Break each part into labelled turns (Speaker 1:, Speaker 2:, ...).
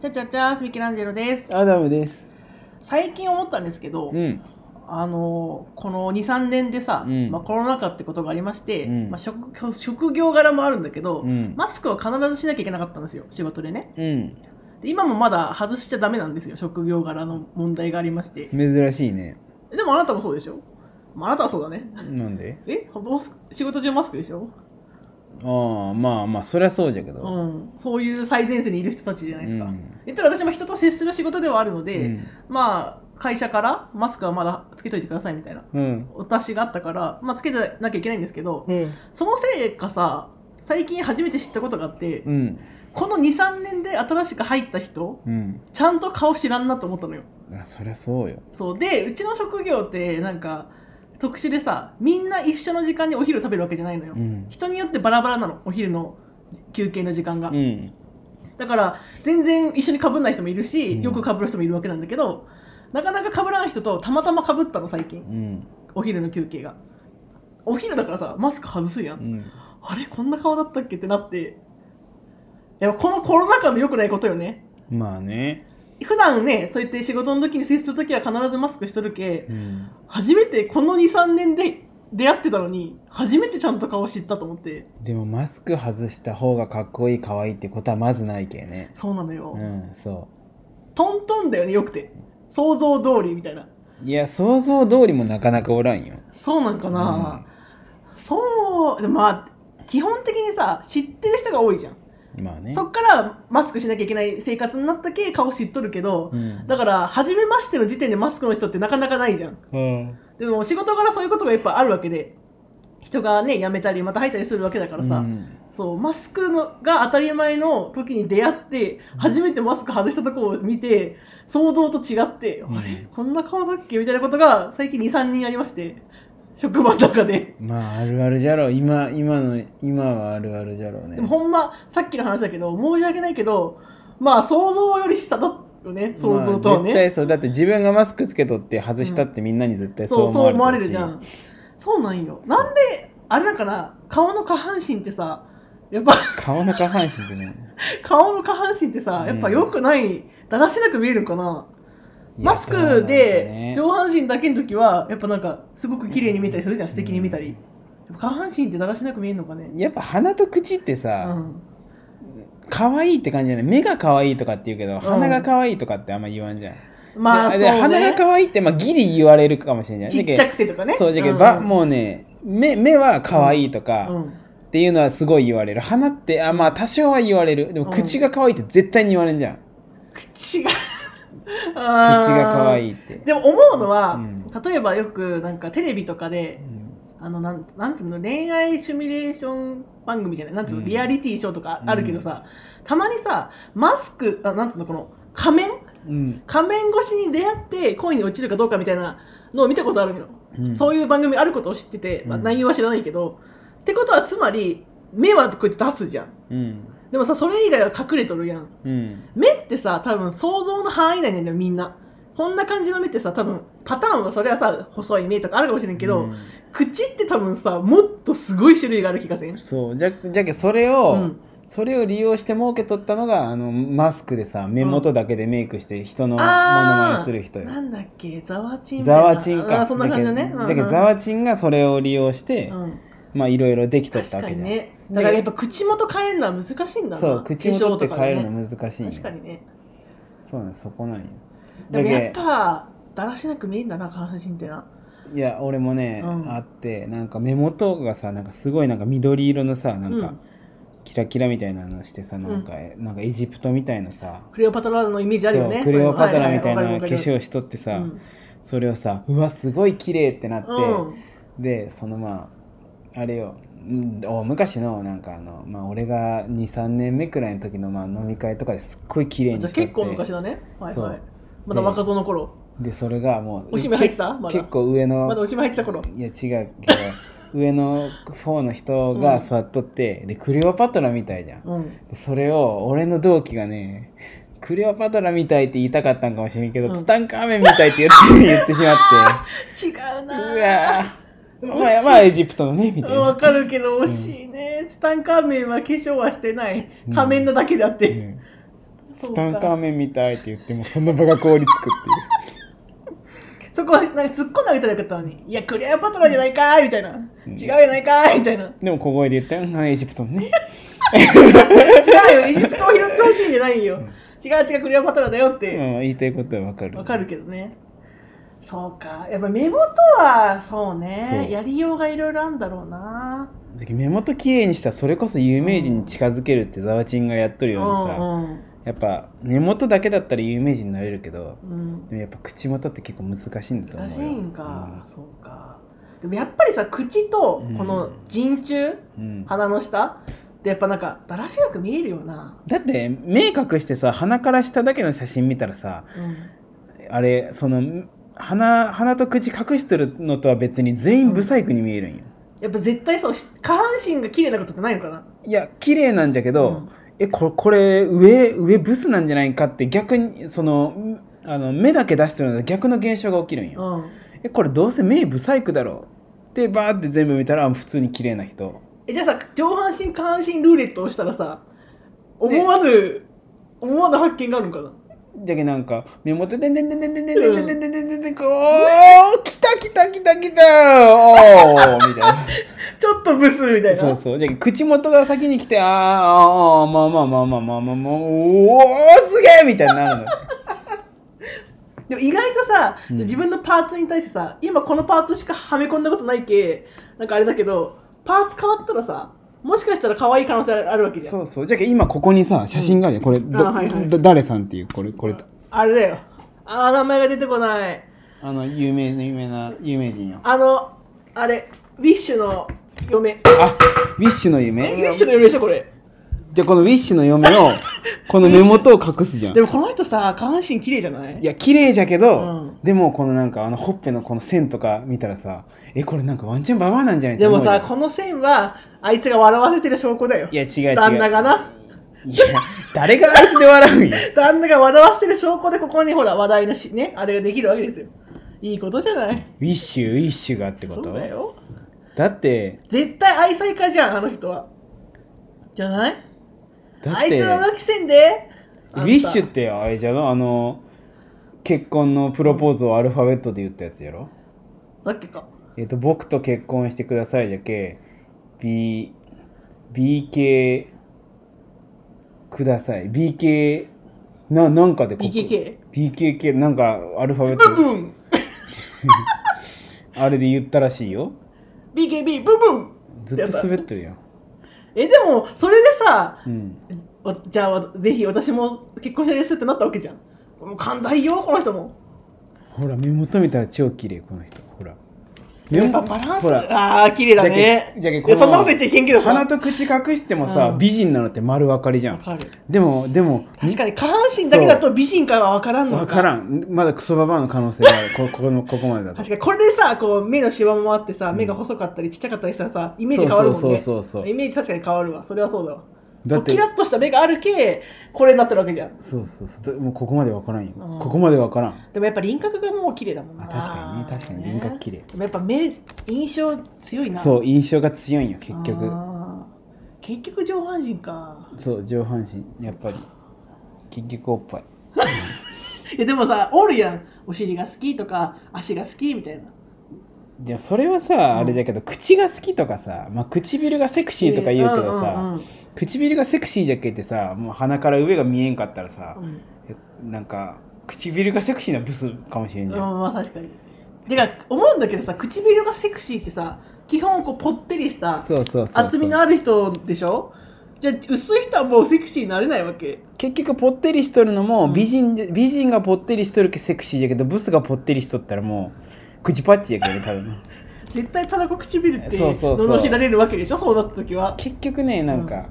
Speaker 1: チャチャチャスミケランジェロです
Speaker 2: アダムです。
Speaker 1: 最近思ったんですけど、
Speaker 2: うん。
Speaker 1: あのこの23年でさ、
Speaker 2: うん
Speaker 1: まあ、コロナ禍ってことがありまして、
Speaker 2: うん
Speaker 1: まあ、職職業柄もあるんだけど、
Speaker 2: うん。
Speaker 1: マスクを必ずしなきゃいけなかったんですよ仕事でね
Speaker 2: うん。
Speaker 1: で今もまだ外しちゃダメなんですよ職業柄の問題がありまして
Speaker 2: 珍しいね。
Speaker 1: でもあなたもそうでしょ、まああなたはそうだね
Speaker 2: なんで
Speaker 1: えマスク仕事中マスクでしょ、
Speaker 2: ああ、まあまあ、そりゃそうじゃけど。
Speaker 1: う
Speaker 2: うん
Speaker 1: ん、そういう最前線にいる人たちじゃないですか、
Speaker 2: うん
Speaker 1: 言ったら私も人と接する仕事ではあるので、
Speaker 2: うん
Speaker 1: まあ会社からマスクはまだつけといてくださいみたいな
Speaker 2: うん。
Speaker 1: お達しがあったから、まあ、つけてなきゃいけないんですけど
Speaker 2: うん。
Speaker 1: そのせいかさ最近初めて知ったことがあって、
Speaker 2: うん。
Speaker 1: この23年で新しく入った人
Speaker 2: うん。
Speaker 1: ちゃんと顔知らんなと思ったのよ
Speaker 2: あそりゃそうよ。
Speaker 1: そうでうちの職業ってなんか特殊でさみんな一緒の時間にお昼食べるわけじゃないのよ、
Speaker 2: うん。
Speaker 1: 人によってバラバラなのお昼の休憩の時間が、
Speaker 2: うん。
Speaker 1: だから全然一緒に被んない人もいるし、
Speaker 2: うん
Speaker 1: よく被る人もいるわけなんだけどなかなか被らん人とたまたま被ったの最近
Speaker 2: うん。
Speaker 1: お昼の休憩がお昼だからさマスク外すやん、
Speaker 2: うん。
Speaker 1: あれこんな顔だったっけってなってやっぱこのコロナ禍の良くないことよね
Speaker 2: まあね。
Speaker 1: 普段ねそうやって仕事の時に接する時は必ずマスクしとるけ
Speaker 2: うん。
Speaker 1: 初めてこの23年で出会ってたのに初めてちゃんと顔知ったと思って
Speaker 2: でもマスク外した方がかっこいい可愛いってことはまずないけね。
Speaker 1: そうなのよ、
Speaker 2: うん、そ
Speaker 1: トントンだよねよくて想像通りみたいな
Speaker 2: う。いや、想像通りもなかなかおらんよ。
Speaker 1: そうなんかな、そうでもまあ基本的にさ知ってる人が多いじゃん
Speaker 2: まあね。
Speaker 1: そっからマスクしなきゃいけない生活になったけ顔知っとるけど
Speaker 2: うん。
Speaker 1: だから初めましての時点でマスクの人ってなかなかないじゃん
Speaker 2: うん。
Speaker 1: でも仕事柄そういうことがやっぱあるわけで人がね辞めたりまた入ったりするわけだからさ、
Speaker 2: うん
Speaker 1: そうマスクのが当たり前の時に出会って
Speaker 2: うん
Speaker 1: 初めてマスク外したとこを見て想像と違って、
Speaker 2: うん
Speaker 1: あれこんな顔だっけみたいなことが最近23人ありまして職場の中で。
Speaker 2: まああるあるじゃろう今今の今はあるあるじゃろうね
Speaker 1: でもほんまさっきの話だけど申し訳ないけどまあ想像より下だよね想像とは
Speaker 2: まあ
Speaker 1: ね、
Speaker 2: 絶対そうだって自分がマスクつけとって外したってみんなに絶対そ
Speaker 1: そううそう思
Speaker 2: 思
Speaker 1: わ
Speaker 2: われ
Speaker 1: れ
Speaker 2: て
Speaker 1: る
Speaker 2: るし
Speaker 1: じゃんそうなんよなんであれだから顔の下半身ってさやっぱ
Speaker 2: 顔の下半身ってね
Speaker 1: 顔の下半身ってさやっぱ良くない、だらしなく見えるんかない
Speaker 2: や
Speaker 1: マス
Speaker 2: そうなんだ
Speaker 1: クで
Speaker 2: ね
Speaker 1: 上半身だけの時はやっぱなんかすごく綺麗に見えたりするじゃん、
Speaker 2: うん
Speaker 1: 素敵に見たりやっぱ下半身ってだらしなく見えるのかね
Speaker 2: やっぱ鼻と口って
Speaker 1: う
Speaker 2: さ、
Speaker 1: ん
Speaker 2: 可愛いって感じじゃない目が可愛いとかって言うけど鼻が可愛いとかってあんま言わんじゃん、
Speaker 1: まあそ
Speaker 2: で
Speaker 1: う
Speaker 2: で鼻が
Speaker 1: ね
Speaker 2: 可愛いってまあギリ言われるかもしれない
Speaker 1: ちっちゃくてとかね
Speaker 2: そうじゃけ、
Speaker 1: ん
Speaker 2: ばもうね目目は可愛いとか、
Speaker 1: うん
Speaker 2: っていうのはすごい言われる鼻ってあまあ多少は言われるでも
Speaker 1: うん
Speaker 2: 口が可愛いって絶対に言われんじゃん、
Speaker 1: 口が口が
Speaker 2: 口が可愛
Speaker 1: い
Speaker 2: いって
Speaker 1: でも思うのは、
Speaker 2: うん
Speaker 1: 例えばよくなんかテレビとか
Speaker 2: う
Speaker 1: で
Speaker 2: ん
Speaker 1: あのなんなんつうの恋愛シミュレーション番組じゃないなんつうの、
Speaker 2: うん
Speaker 1: リアリティショーとかあるけどさ、たまにさマスクあなんつうのこの仮面
Speaker 2: うん
Speaker 1: 仮面越しに出会って恋に落ちるかどうかみたいなのを見たことあるよ、
Speaker 2: うん
Speaker 1: そういう番組あることを知ってて、まあ、
Speaker 2: うん
Speaker 1: 内容は知らないけど、ってことはつまり目はこうやって出すじゃん
Speaker 2: うん
Speaker 1: でもさそれ以外は隠れとるやん
Speaker 2: うん
Speaker 1: 目ってさ多分想像の範囲内なんだよみんなこんな感じの目ってさ多分パターンはそれはさ細い目とかあるかもしれんけど、
Speaker 2: うん
Speaker 1: 口って多分さもっとすごい種類がある気がせん
Speaker 2: そうじゃじゃけそれを、
Speaker 1: うん
Speaker 2: それを利用して儲け取ったのがあのマスクでさ目元だけでメイクして人のモノマネする人よ、
Speaker 1: なんだっけザワチンみた
Speaker 2: ザ
Speaker 1: いな
Speaker 2: ワチンか
Speaker 1: あーそんな感じだね
Speaker 2: けだけどザワチンがそれを利用して、
Speaker 1: うんうん
Speaker 2: まあいろいろできとっ
Speaker 1: 確
Speaker 2: たわ
Speaker 1: か
Speaker 2: けじゃ
Speaker 1: に
Speaker 2: ん、
Speaker 1: ねだからやっぱ口元変えるのは難しいんだな
Speaker 2: そう口元って
Speaker 1: 化粧
Speaker 2: 変える
Speaker 1: とかね
Speaker 2: の難しいんよ
Speaker 1: 確かにね
Speaker 2: そうねそこなんよ
Speaker 1: でもやっ
Speaker 2: け
Speaker 1: ぱだらしなく見えんだな下半身ってない
Speaker 2: や俺もね、
Speaker 1: うん
Speaker 2: あってなんか目元がさなんかすごいなんか緑色のさなんか、
Speaker 1: うん
Speaker 2: キラキラみたいなのしてさなんか、なんかエジプトみたいなさ、
Speaker 1: クレオパトラのイメージあるよね
Speaker 2: そうクレオパトラみたいな
Speaker 1: ははわかるわ
Speaker 2: 化
Speaker 1: かる
Speaker 2: 粧しとってさ、
Speaker 1: うん
Speaker 2: それをさうわすごい綺麗ってなって、
Speaker 1: うん
Speaker 2: でそのまああれようん大昔のなんかあの、まあ、俺が23年目くらいの時のまあ飲み会とかですっごい綺麗にしとっ
Speaker 1: 私
Speaker 2: て
Speaker 1: 結構昔だねはい
Speaker 2: そ
Speaker 1: はいうまだ若造の頃
Speaker 2: でそれがもう
Speaker 1: おしめ入ってたまだ
Speaker 2: 結構上の
Speaker 1: まだおしまい入ってた頃
Speaker 2: いや違うけど上の方の人が座っとって、でクレオパトラみたいじゃん
Speaker 1: うん
Speaker 2: でそれを俺の同期がねクレオパトラみたいって言いたかったんかもしれんけど、
Speaker 1: うん
Speaker 2: ツタンカーメンみたいって言っ て言ってしまって
Speaker 1: 違うなぁ惜しい
Speaker 2: うわぁまあまあエジプトのねみたい
Speaker 1: わ
Speaker 2: な、
Speaker 1: かるけど惜しいね、ツタンカーメンは化粧はしてない
Speaker 2: うん
Speaker 1: 仮面なだけであっ
Speaker 2: う
Speaker 1: て、
Speaker 2: ん
Speaker 1: そうか
Speaker 2: ツタンカーメンみたいって言ってもその場が凍りつくっていう
Speaker 1: そこはなんか突っ込んであげたらよかったのに「いやクレオパトラじゃないかー」みたいな「
Speaker 2: うん
Speaker 1: 違うじゃないかー」みたいな
Speaker 2: でも小声で言ったよはいエジプトね
Speaker 1: 違うよ、エジプトを拾ってほしいんじゃないよ。違う違う、クレオパトラだよっ
Speaker 2: う
Speaker 1: て。
Speaker 2: ん言いたいことはわかる
Speaker 1: わかるけどね。そうか。やっぱ目元は、そうね。
Speaker 2: そう
Speaker 1: やりようがいろいろあるんだろうな。
Speaker 2: 目元綺麗にしたらそれこそ有名人に近づけるってザワチンがやっとる
Speaker 1: う
Speaker 2: ようにさ、
Speaker 1: んうん。
Speaker 2: やっぱ根元だけだったら有名人になれるけど
Speaker 1: うん、
Speaker 2: でもやっぱ口元って結構難しいんだと思
Speaker 1: 難
Speaker 2: うよ
Speaker 1: しいんか、そうか。でもやっぱりさ、口とこの人中、
Speaker 2: うんうん
Speaker 1: 鼻の下ってやっぱなんか、だらしなく見えるよな。
Speaker 2: だって目隠してさ鼻から下だけの写真見たらさ
Speaker 1: うん
Speaker 2: あれその鼻鼻と口隠してるのとは別に全員ブサイクに見えるんよ、
Speaker 1: やっぱ絶対そう、し下半身が綺麗なことってないのかな。
Speaker 2: いや綺麗なんじゃけ
Speaker 1: う
Speaker 2: ど、
Speaker 1: ん
Speaker 2: えこれこれ上上ブスなんじゃないかって逆にそのんあの目だけ出してるのと逆の現象が起きるん
Speaker 1: う
Speaker 2: よ、
Speaker 1: ん。
Speaker 2: えこれどうせ目ブサイクだろでバーって全部見たらあ普通に綺麗な人
Speaker 1: えじゃあさ上半身下半身ルーレットをしたらさ思わぬ思わぬ発見があるのかな
Speaker 2: じゃけなんか目元でんでんでんでんでんでんでんでんでんでんでんでんこうおー来た来た来た来たおーみたいな
Speaker 1: ちょっとブスみたいな
Speaker 2: そうそう。じゃあ口元が先に来て、あーあー、まあまあまあまあまあまあまあ、おお、すげえみたいになるの。
Speaker 1: でも意外とさ、
Speaker 2: うん
Speaker 1: 自分のパーツに対してさ今このパーツしかはめ込んだことないけなんかあれだけどパーツ変わったらさもしかしたら可愛い可能性あるわけじゃん
Speaker 2: そうそう。じゃあ今ここにさ、写真があるよ。これ、ど
Speaker 1: あはいはい
Speaker 2: だ誰さんっていう、これ、これ、
Speaker 1: あれだよあー名前が出てこない
Speaker 2: あの、有名な、有名な、有名人よ。
Speaker 1: あのあれウィッシュの嫁
Speaker 2: あ、ウィッシュの
Speaker 1: えウィ
Speaker 2: 夢
Speaker 1: ッシュの嫁でしょこれ
Speaker 2: じゃあこのウィッシュの嫁を、この目元を隠すじゃん
Speaker 1: で。もこの人さ下半身綺麗じゃない
Speaker 2: いや、綺麗じゃけど、
Speaker 1: う
Speaker 2: でもこのなんか、あの、ほっぺのこの線とか見たらさ、え、これなんかワンチャンババアなんじゃない
Speaker 1: でも
Speaker 2: って思う
Speaker 1: さ
Speaker 2: よ
Speaker 1: この線はあいつが笑わせてる証拠だよ
Speaker 2: いや、違う違う。
Speaker 1: 旦那がない
Speaker 2: や、誰があいつで笑うんよ。
Speaker 1: 旦那が笑わせてる証拠でここにほら笑いのしねあれができるわけですよいいことじゃない
Speaker 2: ウィッシュウィッシュがってこ
Speaker 1: そ
Speaker 2: と
Speaker 1: うだよ
Speaker 2: だって
Speaker 1: 絶対愛妻家じゃんあの人はじゃない
Speaker 2: だって
Speaker 1: あいつの浮気せんで
Speaker 2: ウィッシュ
Speaker 1: あん
Speaker 2: ったてあれじゃろあの結婚のプロポーズをアルファベットで言ったやつやろ
Speaker 1: だっけか
Speaker 2: えっ、と僕と結婚してくださいじゃけ B BK ください BK ななんかでここ
Speaker 1: BKK
Speaker 2: BKK なんかアルファベッ
Speaker 1: ブン
Speaker 2: ト
Speaker 1: ブン
Speaker 2: あれで言ったらしいよ
Speaker 1: BKB ブンブン
Speaker 2: ずっと滑ってるやん、
Speaker 1: えでもそれでさ
Speaker 2: うん、
Speaker 1: わじゃあぜひ私も結婚したいですってなったわけじゃんもう寛大よこの人も
Speaker 2: ほら目元見たら超綺麗この人ほら
Speaker 1: やっぱバランス
Speaker 2: ほら
Speaker 1: ああー綺麗だね
Speaker 2: じゃ
Speaker 1: い
Speaker 2: けじゃけ
Speaker 1: や
Speaker 2: この
Speaker 1: そんなこと言っちゃいけんけどさ
Speaker 2: 鼻と口隠してもさ、
Speaker 1: うん
Speaker 2: 美人なのって丸分かりじゃ
Speaker 1: わ
Speaker 2: ん
Speaker 1: かる
Speaker 2: でもでも
Speaker 1: 確かに下半身だけだと美人かは分からんの
Speaker 2: 分から
Speaker 1: ん
Speaker 2: んまだクソババアの可能性があるここ このここまでだと
Speaker 1: 確かにこれでさこう目のシワもあってさ
Speaker 2: ん
Speaker 1: 目が細かったりちっちゃかったりしたらさイメージ変わるもんね
Speaker 2: そうそうそうそう
Speaker 1: イメージ確かに変わるわそれはそうだわ
Speaker 2: だっ
Speaker 1: こう
Speaker 2: て
Speaker 1: キラッとした目があるけこれになってるわけじゃん
Speaker 2: そうそうそうだもうここまで分からんよ、
Speaker 1: うん
Speaker 2: ここまで分からん
Speaker 1: でもやっぱ輪郭がもう綺麗だもんな
Speaker 2: あ確かにね確かに輪郭綺麗
Speaker 1: でもやっぱ目印象強いな
Speaker 2: そう印象が強いんよ結局
Speaker 1: あー結局上半身か
Speaker 2: そう上半身やっぱり結局おっぱい
Speaker 1: いやでもさおるやんお尻が好きとか足が好きみたいな
Speaker 2: でもそれはさあれだけど、口が好きとかさ、まあ、唇がセクシーとか言うけどさ、
Speaker 1: うんうんうん
Speaker 2: 唇がセクシーじゃけってさもう鼻から上が見えんかったらさ、
Speaker 1: うん
Speaker 2: なんか唇がセクシーなブスかもしれんじゃん、
Speaker 1: うん、まあ確かに。てか思うんだけどさ唇がセクシーってさ基本こうぽってりした
Speaker 2: そうそうそうそう
Speaker 1: 厚みのある人でしょじゃあ薄い人はもうセクシーになれないわけ
Speaker 2: 結局ぽってりしとるのも、
Speaker 1: うん
Speaker 2: 美人で美人がぽってりしとるけセクシーじゃけどブスがぽってりしとったらもう口パッチやけど多分
Speaker 1: 絶対たらこ唇って
Speaker 2: そうそうそう
Speaker 1: 罵られるわけでしょそうなった時は
Speaker 2: 結局ねなんか、あれ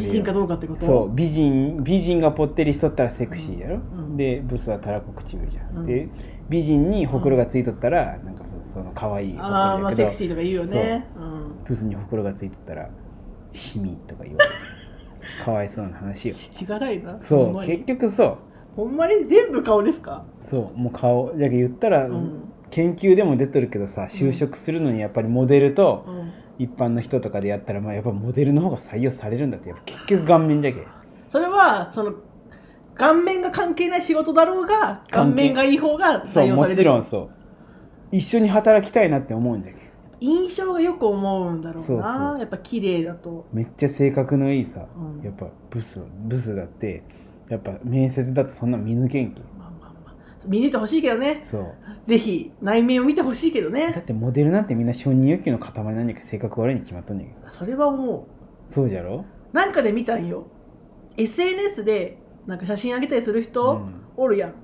Speaker 1: 美
Speaker 2: よ
Speaker 1: 人かどうかってこと
Speaker 2: そう美人美人がぽってりしとったらセクシーやろ、
Speaker 1: うん
Speaker 2: でブスはたらこ唇じゃん、
Speaker 1: うん
Speaker 2: で美人にほくろがついとったら、なんかその可愛いほくろ
Speaker 1: ああまあセ
Speaker 2: やけど
Speaker 1: クシーとか言うよねうん
Speaker 2: ブスにほくろがついとったらシミとか言わ れるかわいそうな話よ
Speaker 1: 世知辛いなほ
Speaker 2: そ
Speaker 1: んま
Speaker 2: う
Speaker 1: に
Speaker 2: 結局そう
Speaker 1: ほんまに全部顔ですか
Speaker 2: そうもう顔じゃけ言ったら、
Speaker 1: うん
Speaker 2: 研究でも出てるけどさ就職するのにやっぱりモデルと
Speaker 1: うん
Speaker 2: 一般の人とかでやったら、まあ、やっぱモデルの方が採用されるんだってやっぱ結局顔面じゃけ
Speaker 1: それはその顔面が関係ない仕事だろうが顔
Speaker 2: 関係
Speaker 1: 面がいい方が
Speaker 2: そ
Speaker 1: 採
Speaker 2: う
Speaker 1: 用さ
Speaker 2: も
Speaker 1: れ
Speaker 2: ち
Speaker 1: る
Speaker 2: ろんそう一緒に働きたいなって思うんだけど
Speaker 1: 印象がよく思うんだろうな
Speaker 2: そうそう
Speaker 1: やっぱ綺麗だと、
Speaker 2: めっちゃ性格のいいさ
Speaker 1: うん
Speaker 2: やっぱブスブスだってやっぱ面接だとそんな見抜けんけ
Speaker 1: まあまあまあ、見れてほしいけどね
Speaker 2: そう
Speaker 1: ぜひ内面を見てほしいけど
Speaker 2: だ
Speaker 1: ね
Speaker 2: ってモデルなんてみんな承認欲求の塊なんだけど性格悪いに決まっとんじゃんけど
Speaker 1: それは思う
Speaker 2: そうじゃろ
Speaker 1: なんかで見たんよ SNS でなんか写真あげたりする人、
Speaker 2: うん
Speaker 1: おるやん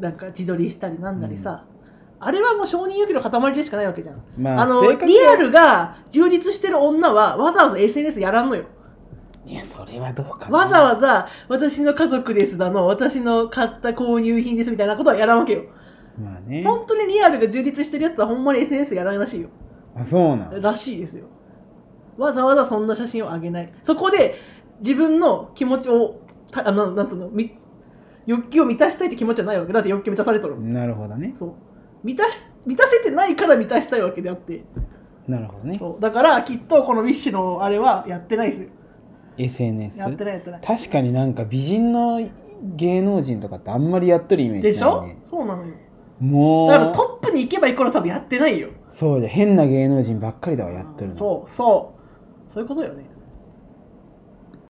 Speaker 1: なんか自撮りしたりなんなりさ、あれはもう承認欲求の塊でしかないわけじゃん
Speaker 2: ま
Speaker 1: あ
Speaker 2: あ
Speaker 1: の
Speaker 2: 性格
Speaker 1: リアルが充実してる女はわざわざ SNS やらんのよ
Speaker 2: いやそれはどうかな
Speaker 1: わざわざ私の家族ですだの私の買った購入品ですみたいなことはやらんわけよ
Speaker 2: まあね
Speaker 1: 本当にリアルが充実してるやつはほんまに SNS やらないらしいよ
Speaker 2: あそうなん
Speaker 1: らしいですよわざわざそんな写真をあげないそこで自分の気持ちをたあのなんとのみ欲求を満たしたいって気持ちはないわけだって欲求満たされとるもん
Speaker 2: なるほどね
Speaker 1: そう満たし満たせてないから満たしたいわけであって
Speaker 2: なるほどね
Speaker 1: そうだからきっとこのウィッシュのあれはやってないですよ
Speaker 2: SNS
Speaker 1: やってないやってない
Speaker 2: 確かになんか美人の芸能人とかってあんまりやってるイメージない、ね、
Speaker 1: でしょそうなのよ
Speaker 2: もう
Speaker 1: だからトップに行けば行くほど多分やってないよ
Speaker 2: そうじゃ変な芸能人ばっかりだわやってるの
Speaker 1: そうそうそういうことよね